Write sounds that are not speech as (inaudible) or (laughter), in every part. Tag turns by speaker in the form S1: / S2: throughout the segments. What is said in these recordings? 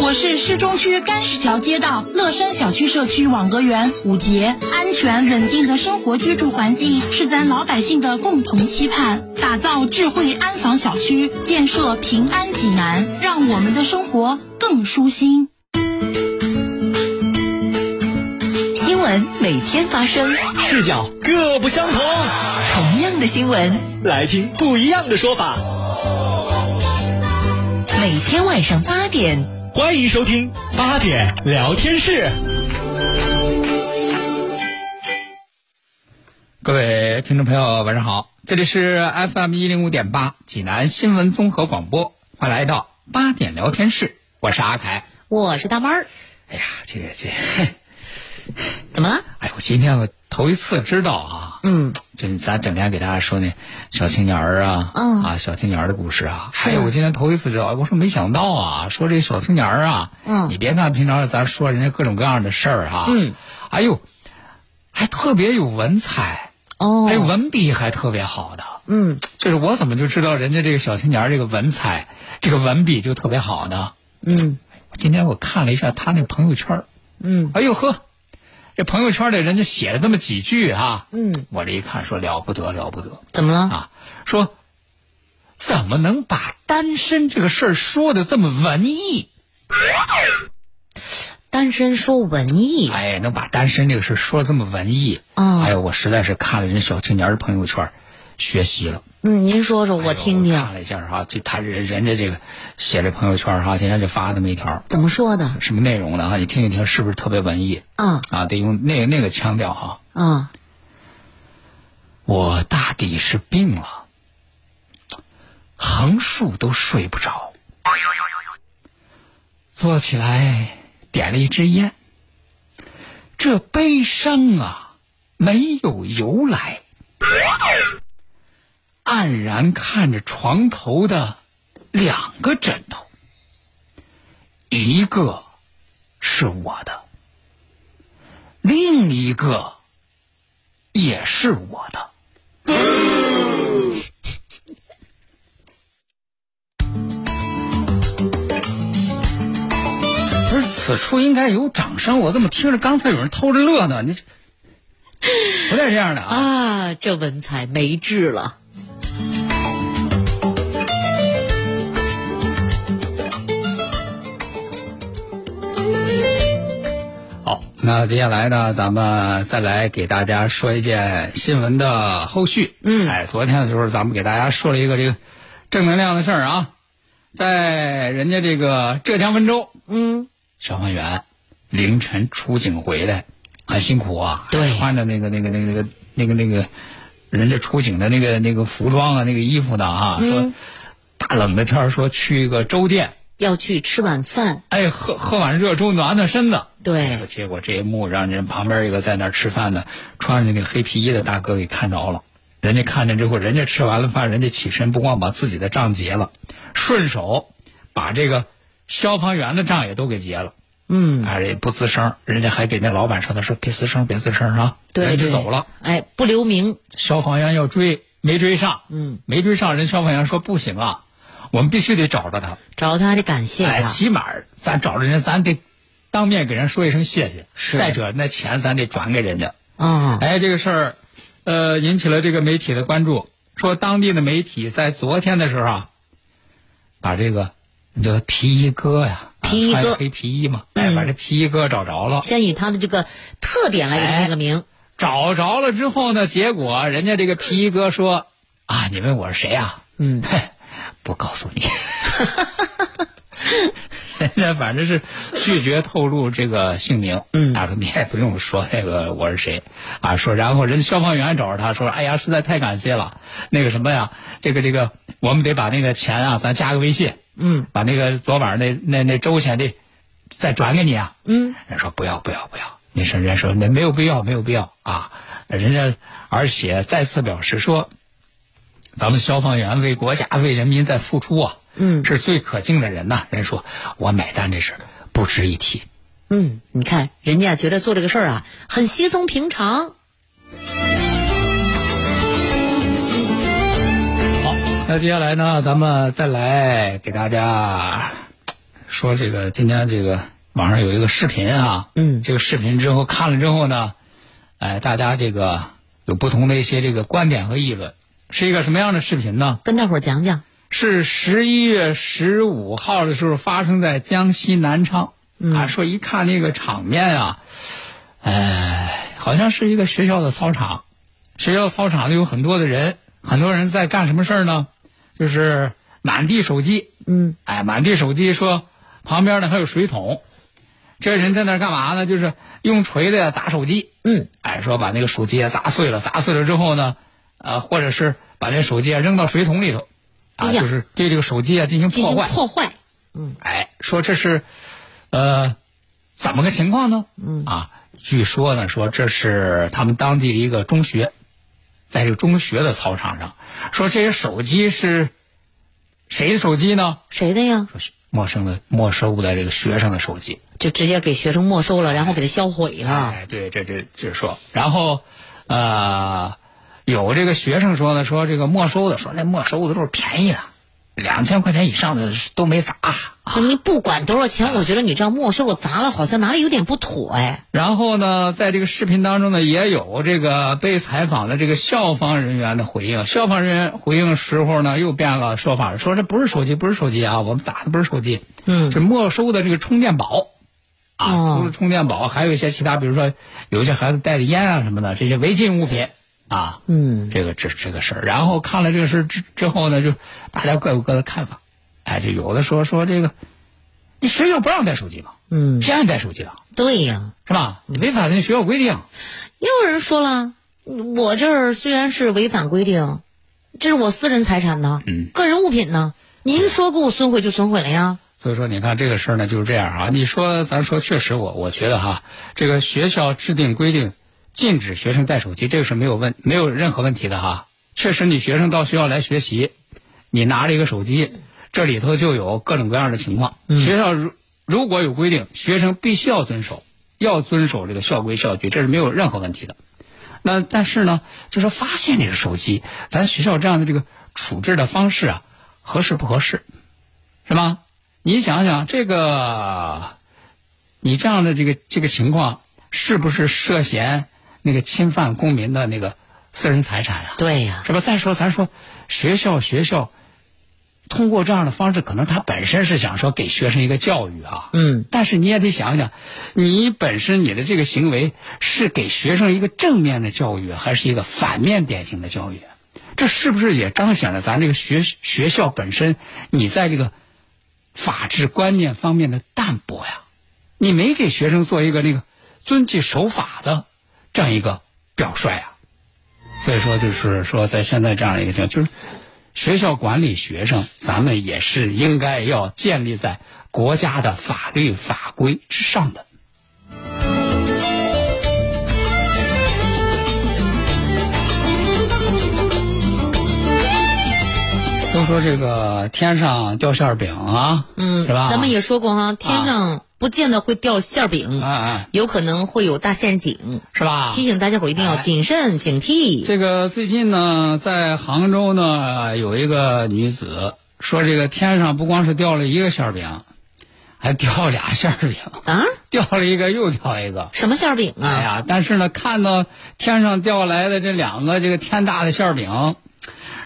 S1: 我是市中区甘石桥街道乐山小区社区网格员武杰。安全稳定的生活居住环境是咱老百姓的共同期盼。打造智慧安防小区，建设平安济南，让我们的生活更舒心。
S2: 新闻每天发生，
S3: 视角各不相同。
S2: 同样的新闻，
S3: 来听不一样的说法。
S2: 每天晚上八点，
S3: 欢迎收听八点聊天室。
S4: 各位听众朋友，晚上好，这里是 FM 一零五点八济南新闻综合广播，欢迎来到八点聊天室，我是阿凯，
S2: 我是大猫儿。
S4: 哎呀，这个这 (laughs)
S2: 怎么了？
S4: 哎，我今天我头一次知道啊，
S2: 嗯，
S4: 就是咱整天给大家说那小青年儿啊，
S2: 嗯
S4: 啊小青年儿的故事啊，
S2: 是
S4: 哎呀，我今天头一次知道，我说没想到啊，说这小青年儿啊，
S2: 嗯
S4: 你别看平常咱说人家各种各样的事儿啊，
S2: 嗯，
S4: 哎呦，还特别有文采，
S2: 哦
S4: 这文笔还特别好的，
S2: 嗯，
S4: 就是我怎么就知道人家这个小青年儿这个文采，这个文笔就特别好呢？
S2: 嗯
S4: 今天我看了一下他那朋友圈儿，
S2: 嗯
S4: 哎呦呵，这朋友圈里人家写了这么几句啊，
S2: 嗯，
S4: 我这一看说了不得了不得
S2: 怎么了？
S4: 啊，说怎么能把单身这个事儿说的这么文艺？
S2: 单身说文艺，
S4: 哎，能把单身这个事儿说的这么文艺？
S2: 嗯
S4: 哎呦，我实在是看了人家小青年儿的朋友圈儿，学习了。
S2: 嗯，您说说我听
S4: 哎呦
S2: 听，
S4: 看了一下哈、就他人人家这个写这朋友圈哈、今天就发这么一条，
S2: 怎么说的？
S4: 什么内容呢？哈，你听一听，是不是特别文艺
S2: 啊
S4: 啊？得用那个那个腔调哈、
S2: 啊
S4: 我大抵是病了，横竖都睡不着，坐起来点了一支烟，这悲伤啊，没有由来。黯然看着床头的两个枕头，一个是我的，另一个也是我的。不是，此处应该有掌声。我怎么听着刚才有人偷着乐呢？你这不带这样的啊！
S2: 啊，这文采没治了。
S4: 好，那接下来呢，咱们再来给大家说一件新闻的后续。
S2: 嗯
S4: 哎，昨天的时候咱们给大家说了一个这个正能量的事儿啊，在人家这个浙江温州，
S2: 嗯
S4: 消防员凌晨出警回来，很辛苦啊，
S2: 对
S4: 穿着那个那个那个那个那个那个人家出警的那个那个服装啊，那个衣服的啊，
S2: 嗯
S4: 说大冷的天儿说去一个粥店，，
S2: 要去吃晚饭。
S4: 哎，喝喝碗热粥暖暖身子。
S2: 对，
S4: 结果这一幕让人旁边一个在那儿吃饭的穿着那个黑皮衣的大哥给看着了。人家看见之后，人家吃完了饭，人家起身不光把自己的账结了，顺手把这个消防员的账也都给结了。
S2: 嗯，
S4: 哎，也不吱声，人家还给那老板说：“他说别吱声，别吱声啊！”
S2: 对，
S4: 人就
S2: 对
S4: 走了。。
S2: 哎，不留名。
S4: 消防员要追，没追上，
S2: 嗯，
S4: 没追上，人消防员说：“不行啊，我们必须得找着他。
S2: 找他还得感谢
S4: 哎，
S2: 他。
S4: 起码咱找着人，咱得当面给人说一声谢谢。
S2: 是
S4: 再者，那钱咱得转给人家。
S2: 啊，
S4: 哎，这个事儿，呃，引起了这个媒体的关注。说当地的媒体在昨天的时候啊，把这个，你叫他皮衣哥呀，啊
S2: 皮衣
S4: 穿
S2: 哥嗯
S4: 黑皮衣嘛，哎，把这皮衣哥找着了。
S2: 先以他的这个特点来给他
S4: 哎
S2: 命个名。
S4: 找着了之后呢，结果人家这个皮衣哥说：“啊，你 (laughs) 问我是谁啊？
S2: 嗯 (laughs)
S4: 哼，不告诉你。”人家反正是拒绝透露这个姓名。
S2: 嗯
S4: 啊，说你也不用说那个我是谁，啊，说然后人家消防员找着他说，哎呀，实在太感谢了，那个什么呀，这个这个，我们得把那个钱啊，咱加个微信，
S2: 嗯，
S4: 把那个昨晚那那那周钱得再转给你啊。
S2: 嗯，
S4: 人说不要不要不要，那是人家说那没有必要没有必要啊，人家而且再次表示说，咱们消防员为国家为人民在付出啊，
S2: 嗯
S4: 是最可敬的人呐、人说我买单这事儿不值一提。
S2: 嗯，你看人家觉得做这个事儿啊很稀松平常。
S4: 好，那接下来呢，咱们再来给大家说这个今天这个网上有一个视频啊，
S2: 嗯
S4: 这个视频之后看了之后呢，哎，大家这个有不同的一些这个观点和议论，是一个什么样的视频呢？
S2: 跟大伙儿讲讲，
S4: 是十一月十五号的时候发生在江西南昌、啊，说一看那个场面啊，哎，好像是一个学校的操场，学校操场里有很多的人，很多人在干什么事儿呢？就是满地手机，
S2: 嗯，
S4: 哎，满地手机说，旁边呢还有水桶，这人在那儿干嘛呢？就是用锤子呀砸手机，
S2: 嗯，
S4: 哎，说把那个手机啊砸碎了，砸碎了之后呢，呃，或者是把这手机啊扔到水桶里头，啊，
S2: 哎呀
S4: 就是对这个手机啊进行
S2: 嗯进
S4: 破
S2: 行
S4: 坏，
S2: 破坏，
S4: 哎，说这是，呃，怎么个情况呢？嗯啊，据说呢，说这是他们当地的一个中学，在这个中学的操场上，说这些手机是谁的手机呢？
S2: 谁的呀？
S4: 说是陌生的没收的这个学生的手机。
S2: 就直接给学生没收了，然后给他销毁了。
S4: 哎，对，这这这说，然后，呃，有这个学生说呢，说这个没收的，说那没收的都是便宜的，两千块钱以上的都没砸。
S2: 那你不管多少钱，我觉得你这样没收了砸了，好像哪里有点不妥哎。
S4: 然后呢，在这个视频当中呢，也有这个被采访的这个校方人员的回应。校方人员回应时候呢，又变了说法，说这不是手机，不是手机啊，我们砸的不是手机，
S2: 嗯
S4: 这没收的这个充电宝。啊，
S2: 哦
S4: 除了充电宝，还有一些其他，比如说有一些孩子带的烟啊什么的，这些违禁物品啊，
S2: 嗯，
S4: 这个这这个事儿。然后看了这个事儿之之后呢，就大家各有各的看法。哎，就有的说说这个，你学校不让带手机嘛，
S2: 嗯
S4: 谁让你带手机了？
S2: 对呀。
S4: 是吧？你违反那学校规定，
S2: 也有人说了，我这儿虽然是违反规定，这是我私人财产呢，
S4: 嗯
S2: 个人物品呢，您说给我损毁就损毁了呀。
S4: 所以说你看这个事儿呢就是这样啊。你说咱说确实我我觉得哈，这个学校制定规定禁止学生带手机，这个是没有问没有任何问题的哈。确实，你学生到学校来学习，你拿着一个手机，这里头就有各种各样的情况。学校如如果有规定，学生必须要遵守，要遵守这个校规校矩，这是没有任何问题的。那但是呢，就是发现这个手机，咱学校这样的这个处置的方式啊，合适不合适，是吧？你想想这个，你这样的这个这个情况，是不是涉嫌那个侵犯公民的那个私人财产啊？
S2: 对呀、
S4: 是吧？再说，咱说学校，学校通过这样的方式，可能他本身是想说给学生一个教育啊。
S2: 嗯。
S4: 但是你也得想想，你本身你的这个行为是给学生一个正面的教育，还是一个反面典型的教育？这是不是也彰显了咱这个学学校本身你在这个法治观念方面的淡薄呀？你没给学生做一个那个遵纪守法的这样一个表率啊。所以说，就是说，在现在这样一个情况，就是学校管理学生，咱们也是应该要建立在国家的法律法规之上的。都说这个天上掉馅儿饼啊，
S2: 嗯，
S4: 是吧？
S2: 咱们也说过哈，天上不见得会掉馅儿饼，
S4: 啊啊，
S2: 有可能会有大陷阱。
S4: 是吧？
S2: 提醒大家伙儿一定要
S4: 哎
S2: 谨慎警惕。
S4: 这个最近呢，在杭州呢，有一个女子说，这个天上不光是掉了一个馅儿饼，还掉俩馅儿饼，
S2: 啊，
S4: 掉了一个又掉一个。
S2: 什么馅儿饼啊？
S4: 哎呀，但是呢，看到天上掉来的这两个这个天大的馅儿饼，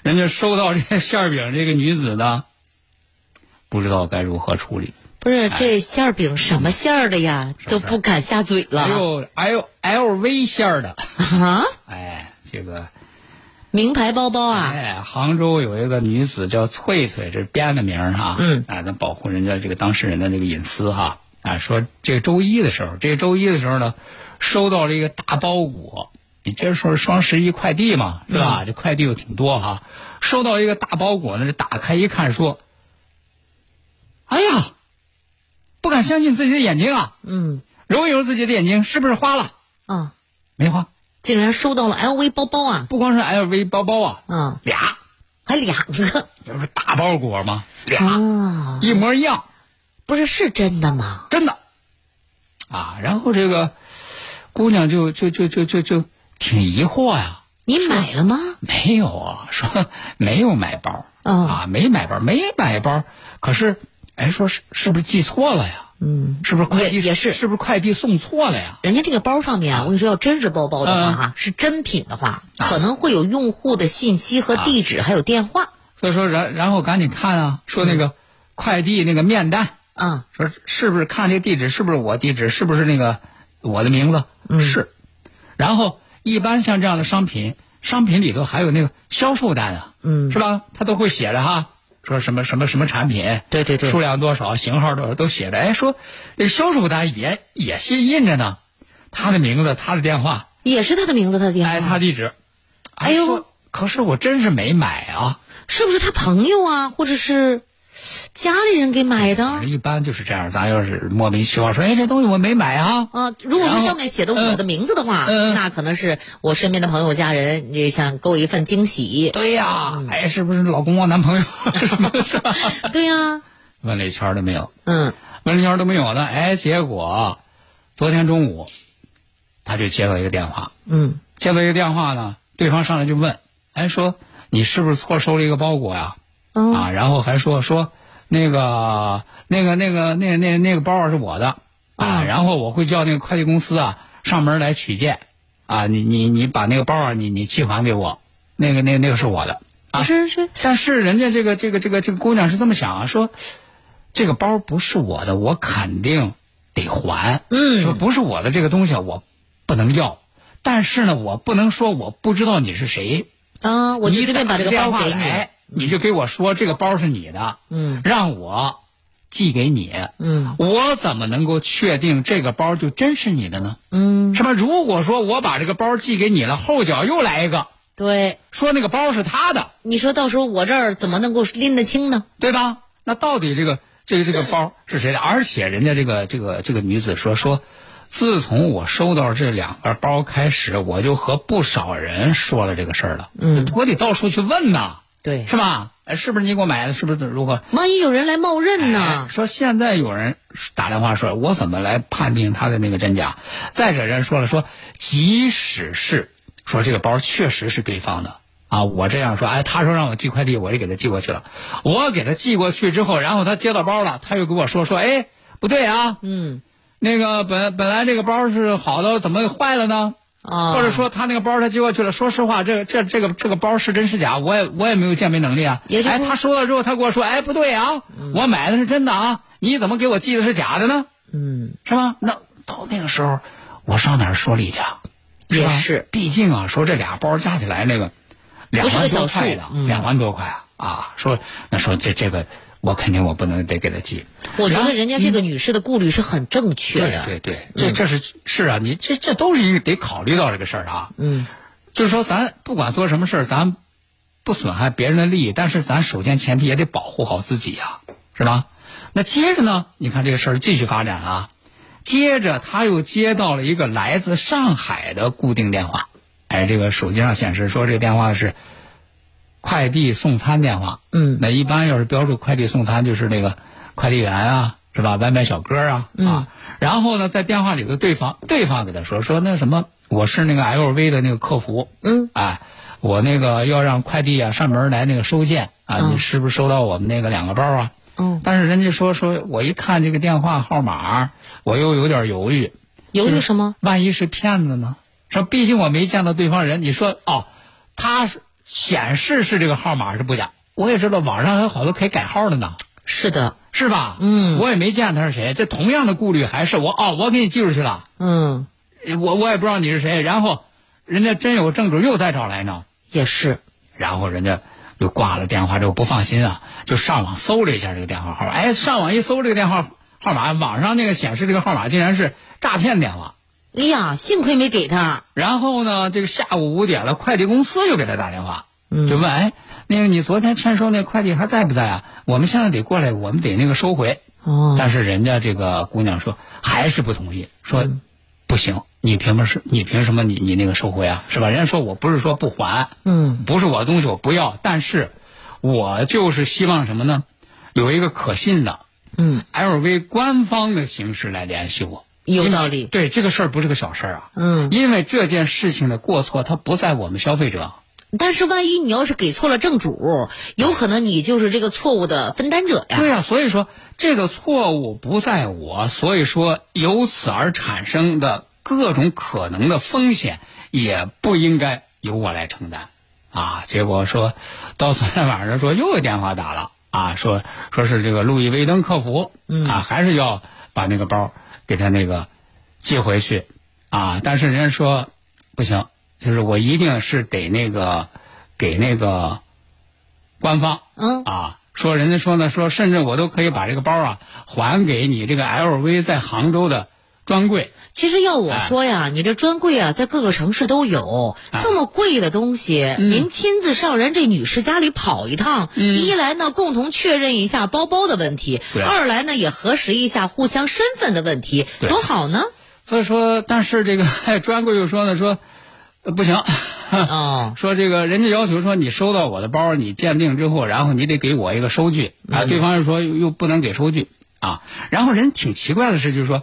S4: 人家收到这个馅儿饼，这个女子呢，不知道该如何处理。
S2: 不是这馅儿饼什么馅儿的呀，
S4: 是
S2: 都不敢下嘴
S4: 还
S2: 了
S4: 有 L L V 馅儿的，
S2: 啊！
S4: 哎，这个
S2: 名牌包包啊，
S4: 哎，杭州有一个女子叫翠翠，这是编的名儿哈。
S2: 嗯
S4: 啊，咱保护人家这个当事人的这个隐私哈。啊，说这个周一的时候，这个周一的时候呢，收到了一个大包裹。你这时候双十一快递嘛，是吧？这快递又挺多哈。收到一个大包裹呢，这打开一看，说：“哎呀，不敢相信自己的眼睛啊！
S2: 嗯
S4: 揉一揉自己的眼睛，是不是花了？
S2: 啊，
S4: 没花，
S2: 竟然收到了 LV 包包啊，
S4: 不光是 LV 包包啊，
S2: 啊，
S4: 俩，
S2: 还两个
S4: 这不是大包裹吗？俩、
S2: 啊，
S4: 一模一样。”
S2: 不是是真的吗？
S4: 真的，啊，然后这个姑娘就就就就就就挺疑惑呀、
S2: 你买了吗？
S4: 没有啊，说没有买包、
S2: 嗯
S4: 啊，没买包，没买包，可是，哎，说是是不是寄错了呀？嗯，是不是快递
S2: 也也是
S4: 是不是快递送错了呀？
S2: 人家这个包上面啊，我跟你说，要真是包包的话哈、
S4: 嗯
S2: 是真品的话，
S4: 啊
S2: 可能会有用户的信息和地址，还有电话
S4: 所以说，然然后赶紧看啊，说
S2: 嗯
S4: 那个快递那个面单，
S2: 啊。
S4: 说是不是看这地址是不是我地址，是不是那个我的名字？
S2: 嗯
S4: 是。然后一般像这样的商品，商品里头还有那个销售单啊，嗯，是吧？他都会写着哈，说什么什么什么产品，
S2: 对对对
S4: 数量多少，型号多少都写着。哎，说这销售单也也是印着呢，他的名字，他的电话，
S2: 也是他的名字，他的电话，
S4: 哎，他地址。
S2: 嗯哎呦
S4: 说，可是我真是没买啊。
S2: 是不是他朋友啊，或者是家里人给买
S4: 反
S2: 的
S4: 正一般就是这样，咱要是莫名其妙说，哎，这东西我没买啊，
S2: 啊？如果
S4: 然
S2: 说
S4: 后
S2: 上面写的我的名字的话，
S4: 嗯嗯
S2: 那可能是我身边的朋友、家人也想给我一份惊喜。
S4: 对呀、哎，是不是老公啊，男朋友 (laughs) 什么是吧？
S2: 对呀、
S4: 问了一圈儿都没有，
S2: 嗯，
S4: 问了一圈儿都没有呢。哎，结果昨天中午，他就接到一个电话，
S2: 嗯，
S4: 接到一个电话呢，对方上来就问，哎，说你是不是错收了一个包裹呀、
S2: 哦
S4: 啊，然后还说说那个那个那个那那那个包啊是我的啊，然后我会叫那个快递公司啊上门来取件啊，你你你把那个包啊你你寄还给我，那个那个那个是我的。
S2: 不是是，
S4: 但是人家这个这个这个这个姑娘是这么想啊，说这个包不是我的，我肯定得还。
S2: 嗯
S4: 说不是我的这个东西啊我不能要，但是呢，我不能说我不知道你是谁，
S2: 啊，我就
S4: 你
S2: 随便
S4: 打
S2: 把这个包
S4: 电话
S2: 给你
S4: 来，，你就给我说这个包是你的，
S2: 嗯，
S4: 让我寄给你，
S2: 嗯
S4: 我怎么能够确定这个包就真是你的呢？
S2: 嗯，
S4: 是吧？如果说我把这个包寄给你了，后脚又来一个
S2: 对，
S4: 说那个包是他的，
S2: 你说到时候我这儿怎么能够拎得清呢？
S4: 对吧？那到底这个这个这个包是谁的？而且人家这个这个这个女子说说，自从我收到这两个包开始，我就和不少人说了这个事儿了。嗯，我得到处去问呐，
S2: 对
S4: 是吧？哎，是不是你给我买的？是不是如何？
S2: 万一有人来冒认
S4: 哎
S2: 呢？
S4: 说现在有人打电话说，我怎么来判定他的那个真假？再者，人说了说，即使是说这个包确实是对方的啊，我这样说，哎，他说让我寄快递，我就给他寄过去了。我给他寄过去之后，然后他接到包了，他又跟我说说，哎，不对啊，
S2: 嗯
S4: 那个本本来这个包是好的，怎么坏了呢？
S2: 啊，
S4: 或者说他那个包他寄过去了，说实话，这这这个这个包是真是假，我也我也没有鉴别能力啊。
S2: 也就是
S4: 哎，
S2: 嗯说
S4: 他收到之后，他跟我说，哎，不对啊，我买的是真的啊，你怎么给我寄的是假的呢？
S2: 嗯，
S4: 是吧？那到那个时候，我上哪儿说理去啊？
S2: 也
S4: 吧
S2: 是，
S4: 毕竟啊，说这俩包加起来那个两
S2: 不是个
S4: 万
S2: 小
S4: 多
S2: 数
S4: 块呢，
S2: 嗯
S4: 两万多块啊啊，说那说这这个我肯定我不能得给他寄。
S2: 我觉
S4: 然后
S2: 得人家这个女士的顾虑是很正确的。
S4: 对对对，嗯这这是是啊，你这这都是一个得考虑到这个事儿啊。
S2: 嗯，
S4: 就是说咱不管做什么事儿，咱不损害别人的利益，但是咱首先前提也得保护好自己呀、是吧？那接着呢，你看这个事儿继续发展啊，接着他又接到了一个来自上海的固定电话，哎，这个手机上显示说这个电话是快递送餐电话，
S2: 嗯
S4: 那一般要是标注快递送餐，就是那个快递员啊，是吧？外卖小哥啊，
S2: 嗯
S4: 啊，然后呢，在电话里头，对方对方给他说说那什么，我是那个 LV 的那个客服，
S2: 嗯，
S4: 哎，我那个要让快递啊上门来那个收件啊，
S2: 嗯
S4: 你是不是收到我们那个两个包啊？
S2: 嗯，
S4: 但是人家说说，我一看这个电话号码，我又有点犹豫，
S2: 犹豫什么？
S4: 万一是骗子呢？说毕竟我没见到对方人，你说哦，他是显示是这个号码是不假，我也知道网上还有好多可以改号的呢，
S2: 是的，
S4: 是吧？
S2: 嗯
S4: 我也没见他是谁，这同样的顾虑还是我哦，我给你寄出去了，
S2: 嗯，
S4: 我我也不知道你是谁，然后人家真有正主又再找来呢，
S2: 也是，
S4: 然后人家就挂了电话之后不放心啊，就上网搜了一下这个电话号码。哎，上网一搜这个电话号码，网上那个显示这个号码竟然是诈骗电话。
S2: 哎呀，幸亏没给他。
S4: 然后呢，这个下午五点了，快递公司又给他打电话，就问：“哎，那个你昨天签收那快递还在不在啊？我们现在得过来，我们得那个收回。”
S2: 哦，
S4: 但是人家这个姑娘说还是不同意，说不行，你凭什么你凭什么你你那个收回啊？是吧？人家说我不是说不还，
S2: 嗯，
S4: 不是我的东西我不要，但是我就是希望什么呢？有一个可信的，
S2: 嗯
S4: ，LV 官方的形式来联系我。
S2: 有道理。
S4: 对这个事儿不是个小事儿啊，
S2: 嗯
S4: 因为这件事情的过错它不在我们消费者，
S2: 但是万一你要是给错了正主，有可能你就是这个错误的分担者呀。
S4: 对呀、所以说这个错误不在我，所以说由此而产生的各种可能的风险也不应该由我来承担，啊，结果说到昨天晚上说又有电话打了啊，说说是这个路易威登客服，啊，还是要把那个包给他那个寄回去，啊，但是人家说不行，就是我一定是得那个给那个官方，
S2: 嗯
S4: 啊，说人家说呢，说甚至我都可以把这个包啊还给你这个 LV 在杭州的专柜。
S2: 其实要
S4: 哎
S2: 我说呀，你这专柜啊，在各个城市都有。这么贵的东西，
S4: 嗯
S2: 您亲自上人这女士家里跑一趟，一来呢，共同确认一下包包的问题；
S4: 对
S2: 二来呢，也核实一下互相身份的问题，
S4: 对
S2: 多好呢！
S4: 所以说，但是这个、 (laughs) 哎专柜又说呢，说、呃不行，
S2: 哦，
S4: 说这个人家要求说你收到我的包，你鉴定之后，然后你得给我一个收据啊。对方又说又又不能给收据啊。然后人挺奇怪的是，就是说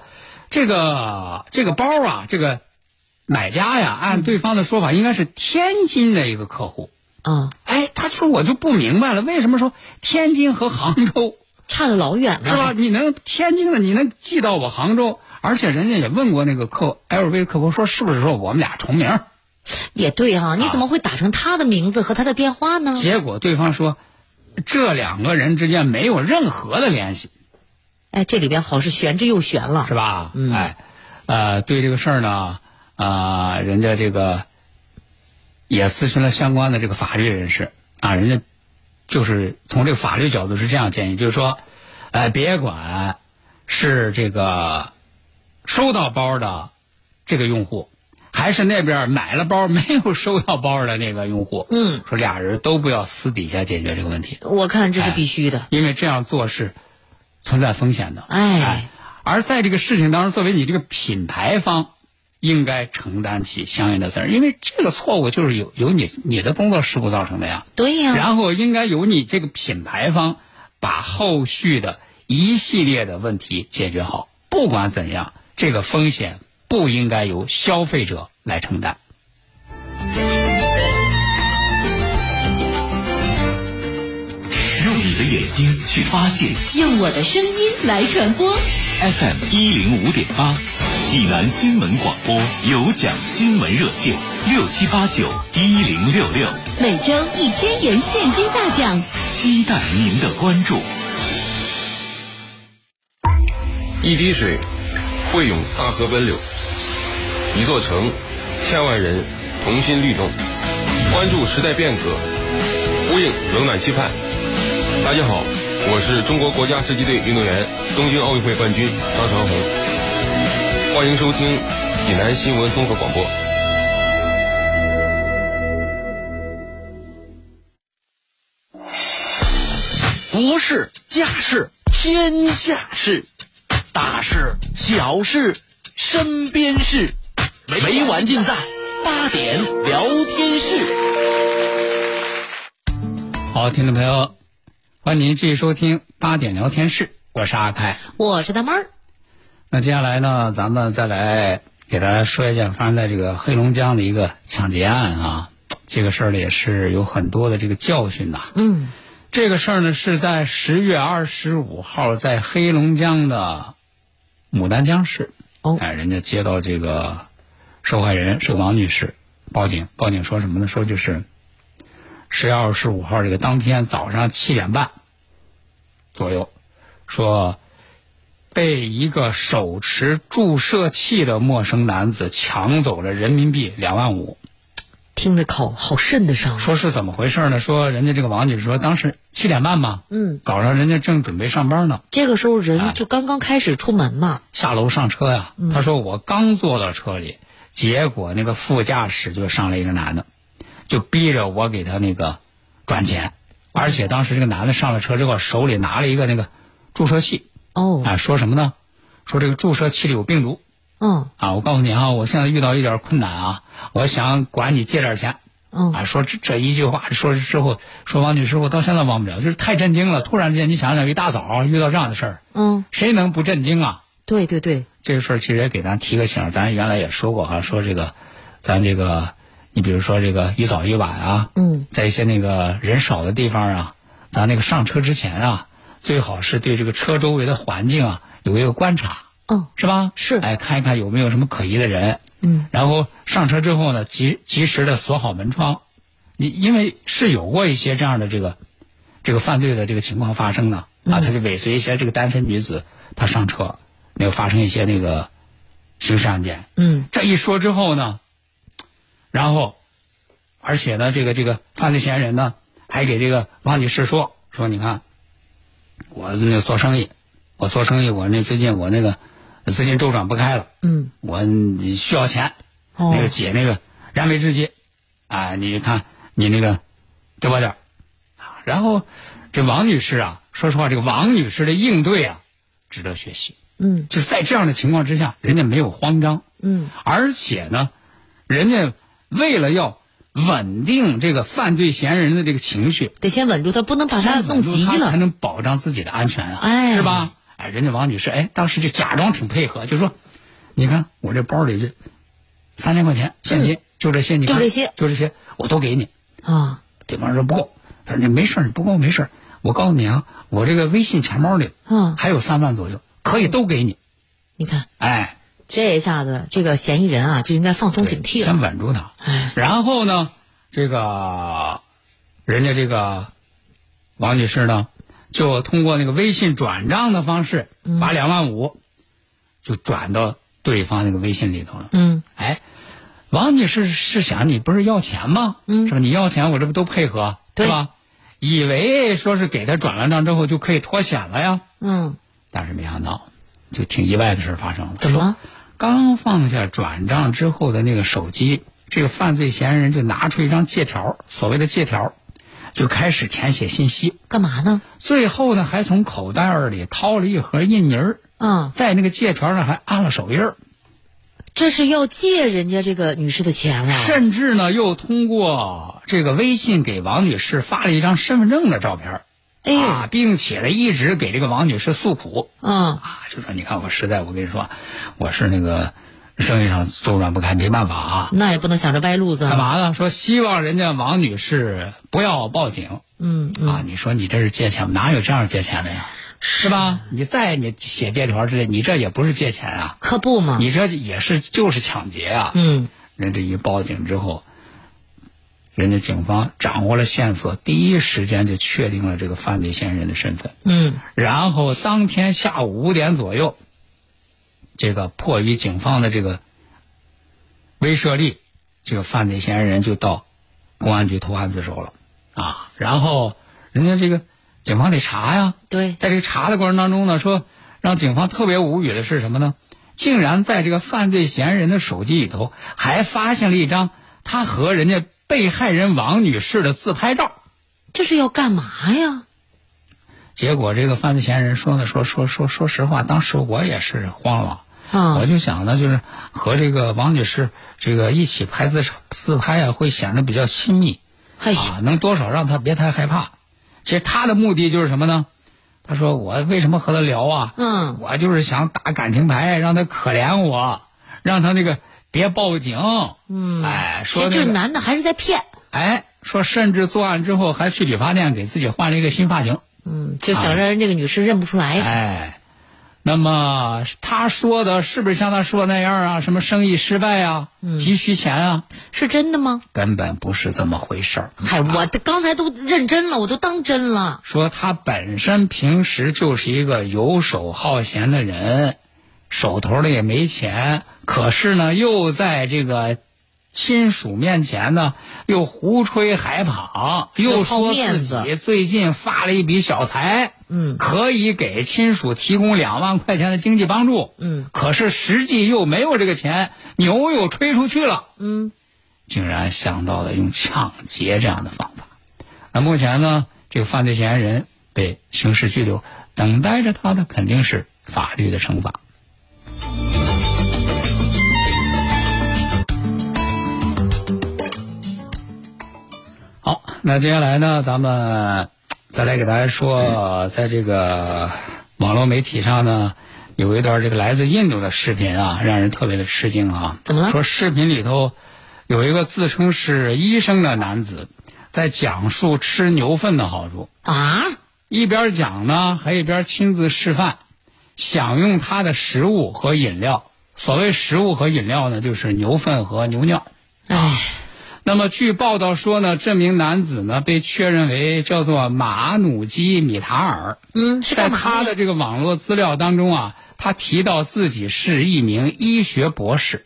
S4: 这个这个包啊，这个买家呀，按对方的说法应该是天津的一个客户。
S2: 啊，
S4: 哎，他说我就不明白了，为什么说天津和杭州
S2: 差的老远
S4: 是吧？
S2: 了。
S4: 你能天津的你能寄到我杭州，而且人家也问过那个客 LV 客服说是不是说我们俩重名儿？
S2: 也对哈、
S4: 啊
S2: 你怎么会打成他的名字和他的电话呢？
S4: 结果对方说这两个人之间没有任何的联系，
S2: 哎，这里边好是悬着又悬了
S4: 是。吧？哎，呃，对这个事儿呢，啊、人家这个也咨询了相关的这个法律人士啊，人家就是从这个法律角度是这样建议，就是说，哎、别管是这个收到包的这个用户，还是那边买了包没有收到包的那个用户，
S2: 嗯，
S4: 说俩人都不要私底下解决这个问题，
S2: 我看这是
S1: 哎
S2: 必须的。
S4: 因为这样做是存在风险的。
S2: 哎
S4: 而在这个事情当中，作为你这个品牌方，应该承担起相应的责任，因为这个错误就是由由你你的工作失误造成的呀。
S2: 对呀、
S4: 然后应该由你这个品牌方把后续的一系列的问题解决好。不管怎样，这个风险不应该由消费者来承担。
S5: 用你的眼睛去发现
S1: 用我的声音来传播。
S5: FM 一零五点八，济南新闻广播有奖新闻热线六七八九一零六六，
S1: 每周一千元现金大奖。
S5: 期待您的关注。
S6: 一滴水汇涌大河奔流，一座城，千万人同心律动，关注时代变革，呼应冷暖期盼。大家好，我是中国国家射击队运动员、东京奥运会冠军张长虹，欢迎收听济南新闻综合广播。
S3: 国事、家事、天下事，大事、小事、身边事，每晚尽在八点聊天室。
S4: 好，听众朋友，欢迎您继续收听八点聊天室，我是阿凯。
S2: 我是大妹儿，
S4: 那接下来呢，咱们再来给大家说一件发生在这个黑龙江的一个抢劫案啊，这个事儿呢也是有很多的这个教训呐、
S2: 嗯，
S4: 这个事儿呢是在十月二十五号在黑龙江的牡丹江市，
S2: 哦
S4: 哎，人家接到这个受害人是王女士报警，报警说什么呢？说就是十月二十五号这个当天早上七点半左右，说被一个手持注射器的陌生男子抢走了人民币两万五。
S2: 听着好好瘆得上啊。
S4: 说是怎么回事呢？说人家这个王女士说，当时七点半吧，
S2: 嗯，
S4: 早上人家正准备上班呢，
S2: 这个时候
S4: 哎
S2: 人就刚刚开始出门嘛，
S4: 下楼上车呀、他说我刚坐到车里，结果那个副驾驶就上来一个男的，就逼着我给他那个转钱，而且当时这个男的上了车之后，手里拿了一个那个注射器，
S1: 哎
S2: 哦，
S4: 啊，说什么呢？说这个注射器里有病毒
S2: 嗯
S4: 啊！我告诉你啊，我现在遇到一点困难啊，我想管你借点钱
S1: 哎
S2: 嗯，
S4: 啊。说这这一句话，说之后，说王女士，我到现在忘不了，就是太震惊了。突然之间，你想想，一大早遇到这样的事儿，
S2: 嗯，
S4: 谁能不震惊啊？
S2: 对对对，
S4: 这个事儿其实也给咱提个醒儿，咱原来也说过哈、说这个，咱这个，你比如说这个一早一晚啊，
S2: 嗯，
S4: 在一些那个人少的地方啊，咱那个上车之前啊，最好是对这个车周围的环境啊有一个观察，
S2: 嗯
S4: 是吧？
S2: 是
S4: 哎，看一看有没有什么可疑的人，
S2: 嗯，
S4: 然后上车之后呢，及及时的锁好门窗，你因为是有过一些这样的这个这个犯罪的这个情况发生的啊，他就尾随一些这个单身女子，她上车，那个发生一些那个刑事案件。
S2: 嗯
S4: 这一说之后呢，然后而且呢，这个这个犯罪嫌疑人呢还给这个王女士说说，你看我那个做生意，我做生意，我那最近我那个资金周转不开了，
S2: 嗯，
S4: 我需要钱，
S2: 哦
S4: 那个解那个燃眉之急，啊，你看你那个给我点儿啊。然后这王女士啊，说实话，这个王女士的应对啊，值得学习。
S2: 嗯
S4: 就是在这样的情况之下，人家没有慌张，
S2: 嗯，
S4: 而且呢，人家为了要稳定这个犯罪嫌疑人的这个情绪，
S2: 得先稳住他，不能把他
S4: 先
S2: 弄
S4: 稳住
S2: 急
S4: 他才
S2: 了。
S4: 能保障自己的安全啊，
S2: 哎
S4: 是吧？哎，人家王女士，哎，当时就假装挺配合，就说：“你看我这包里这三千块钱现金，就这些，你看
S2: 嗯就这些
S4: 就这些，我都给你。
S2: 啊，”
S4: 对方说不够，他说：“你没事儿，你不够没事儿，我告诉你啊，我这个微信钱包里
S2: 嗯
S4: 还有三万左右，可以都给你。
S2: 你看
S4: 哎，
S2: 这一下子，这个嫌疑人啊就应该放松警惕
S4: 先
S2: 了。
S4: 稳住他。
S2: 哎，
S4: 然后呢，这个人家这个王女士呢，就通过那个微信转账的方式，
S2: 嗯
S4: 把两万五就转到对方那个微信里头了。
S2: 嗯
S4: 哎，王女士是想你不是要钱吗？
S2: 嗯
S4: 是吧？你要钱，我这不都配合，
S2: 对
S4: 是吧？以为说是给他转了账之后就可以脱险了呀，
S2: 嗯，
S4: 但是没想到，就挺意外的事儿发生了。
S2: 怎么了？
S4: 刚放下转账之后的那个手机，这个犯罪嫌疑人就拿出一张借条，所谓的借条，就开始填写信息。
S2: 干嘛呢？
S4: 最后呢，还从口袋儿里掏了一盒印泥儿，
S2: 啊，
S4: 在那个借条上还按了手印儿，
S2: 这是要借人家这个女士的钱了。
S4: 甚至呢，又通过这个微信给王女士发了一张身份证的照片儿。
S2: 哎呦
S4: 啊，并且呢，一直给这个王女士诉苦
S2: 啊，
S4: 啊，就说你看我实在，我跟你说，我是那个生意上周转不开，没办法啊，
S2: 那也不能想着歪路子。
S4: 干？嘛呢？说希望人家王女士不要报警、
S2: 嗯嗯，
S4: 啊！你说你这是借钱吗？哪有这样借钱的呀？是吧？你再你写借条之类，你这也不是借钱啊，
S2: 可不嘛。
S4: 你这也是就是抢劫啊！
S2: 嗯
S4: 人这一报警之后，人家警方掌握了线索，第一时间就确定了这个犯罪嫌疑人的身份。
S2: 嗯
S4: 然后当天下午五点左右，这个迫于警方的这个威慑力，这个犯罪嫌疑人就到公安局投案自首了啊。然后人家这个警方得查呀，
S2: 对，
S4: 在这个查的过程当中呢，说让警方特别无语的是什么呢？竟然在这个犯罪嫌疑人的手机里头还发现了一张他和人家被害人王女士的自拍照。
S2: 这是要干嘛呀？
S4: 结果这个犯罪嫌疑人说呢，说说说说实话，当时我也是慌了，
S2: 啊
S4: 我就想呢，就是和这个王女士这个一起拍自自拍啊，会显得比较亲密，
S2: 哎呀
S4: 啊，能多少让她别太害怕。其实他的目的就是什么呢？他说我为什么和她聊啊？
S2: 嗯
S4: 我就是想打感情牌，让她可怜我，让她那个别报警。嗯，哎，
S2: 其
S4: 说
S2: 实
S4: 那
S2: 这
S4: 个
S2: 男的还是在骗，
S4: 哎，说甚至作案之后还去理发店给自己换了一个新发型。
S2: 嗯，就想让人这个女士认不出来。
S4: 哎，那么他说的是不是像他说的那样啊？什么生意失败啊，急需钱啊，
S2: 是真的吗？
S4: 根本不是这么回事儿。
S2: 嗨，我的刚才都认真了，我都当真了。
S4: 说他本身平时就是一个游手好闲的人，手头里也没钱，可是呢又在这个亲属面前呢，又胡吹海膀，又
S2: 又好
S4: 说
S2: 面
S4: 自
S2: 子
S4: 己最近发了一笔小财，
S2: 嗯
S4: 可以给亲属提供两万块钱的经济帮助，
S2: 嗯，
S4: 可是实际又没有这个钱，牛又吹出去了，
S2: 嗯，
S4: 竟然想到了用抢劫这样的方法。那目前呢，这个犯罪嫌疑人被刑事拘留，等待着他的肯定是法律的惩罚。好，那接下来呢，咱们再来给大家说，在这个网络媒体上呢，有一段这个来自印度的视频啊，让人特别的吃惊啊。
S2: 怎么了
S4: 说视频里头有一个自称是医生的男子，在讲述吃牛粪的好处，
S2: 啊，
S4: 一边讲呢，还一边亲自示范，享用他的食物和饮料。所谓食物和饮料呢，就是牛粪和牛尿。
S2: 哎，
S4: 那么据报道说呢，这名男子呢被确认为叫做马努基米塔尔。
S2: 嗯，是
S4: 在
S2: 干嘛
S4: 他
S2: 的
S4: 的这个网络资料当中啊，他提到自己是一名医学博士。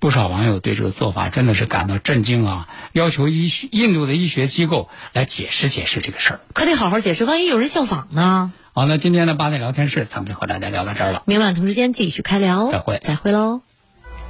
S4: 不少网友对这个做法真的是感到震惊啊，要求医学印度的医学机构来解释解释这个事儿。
S2: 可得好好解释，万一有人效仿呢？
S4: 好，那今天的八点聊天室咱们就和大家聊到这儿了。
S2: 明晚同时间继续开聊，哦
S4: 再会
S2: 再会喽。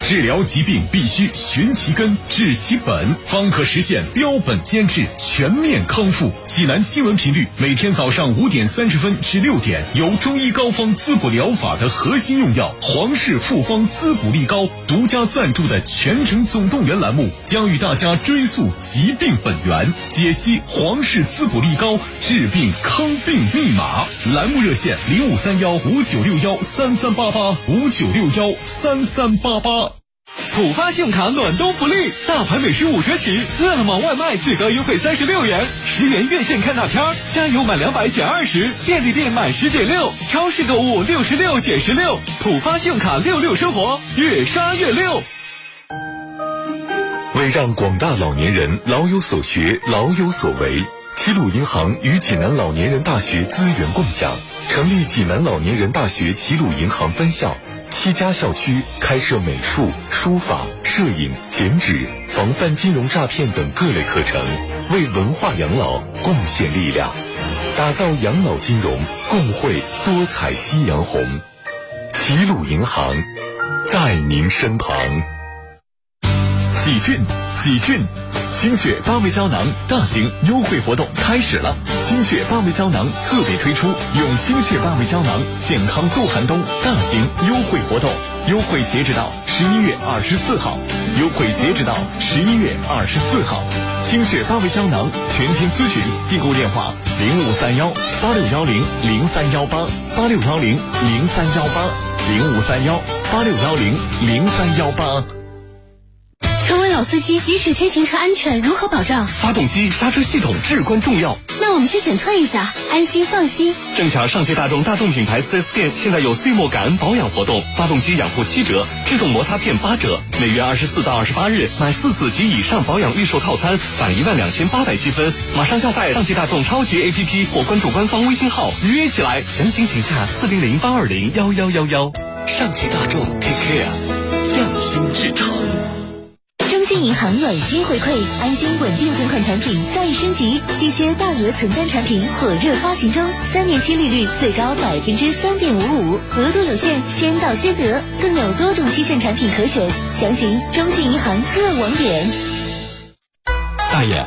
S5: 治疗疾病必须寻其根、治其本，方可实现标本兼治、全面康复。济南新闻频率每天早上五点三十分至六点，由中医膏方滋补疗法的核心用药皇氏复方滋补力膏独家赞助的全程总动员栏目，将与大家追溯疾病本源，解析皇氏滋补力膏治病康病密码。栏目热线零五三幺五九六幺三三八八五九六幺三三八八。
S3: 浦发信用卡暖冬福利，大盘美食五折起，饿了么外卖最高优惠三十六元，十元院线看大片儿，加油满两百减二十，便利店满十减六，超市购物六十六减十六，浦发信用卡六六生活，越刷越溜。
S7: 为让广大老年人老有所学、老有所为，齐鲁银行与济南老年人大学资源共享，成立济南老年人大学齐鲁银行分校，七家校区开设美术、书法、摄影、剪纸、防范金融诈骗等各类课程，为文化养老贡献力量，打造养老金融共惠多彩夕阳红。齐鲁银行，在您身旁。
S8: 喜讯，喜讯！心血八味胶囊大型优惠活动开始了。心血八味胶囊特别推出，用心血八味胶囊健康度寒冬大型优惠活动，优惠截止到十一月二十四号，优惠截止到十一月二十四号。心血八味胶囊全天咨询订购电话零五三幺八六幺零零三幺八八六幺零零三幺八零五三幺八六幺零零三幺八。
S9: 成为老司机，雨雪天行车安全如何保障？
S8: 发动机刹车系统至关重要。
S9: 那我们去检测一下，安心放心。
S8: 正巧上汽大众大众品牌 4S 店现在有岁末感恩保养活动，发动机养护七折，制动摩擦片八折。每月二十四到二十八日买四次及以上保养预售套餐，返一万两千八百积分。马上下载上汽大众超级 APP 或关注官方微信号预约起来。详情请洽四零零八二零幺幺幺幺。上汽大众 Take Care，匠心制成。
S9: 中信银行暖心回馈，安心稳定存款产品再升级，稀缺大额存单产品火热发行中，三年期利率最高百分之三点五五，额度有限，先到先得，更有多种期限产品可选，详询中信银行各网点。
S3: 大爷，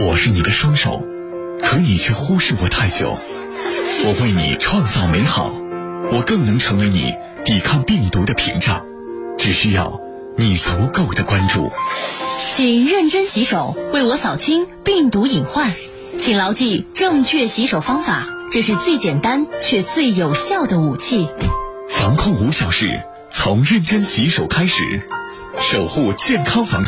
S8: 我是你的双手，可你却忽视我太久。我为你创造美好，我更能成为你抵抗病毒的屏障。只需要你足够的关注。
S9: 请认真洗手，为我扫清病毒隐患。请牢记正确洗手方法，这是最简单却最有效的武器。
S8: 防控无小事，从认真洗手开始，守护健康防。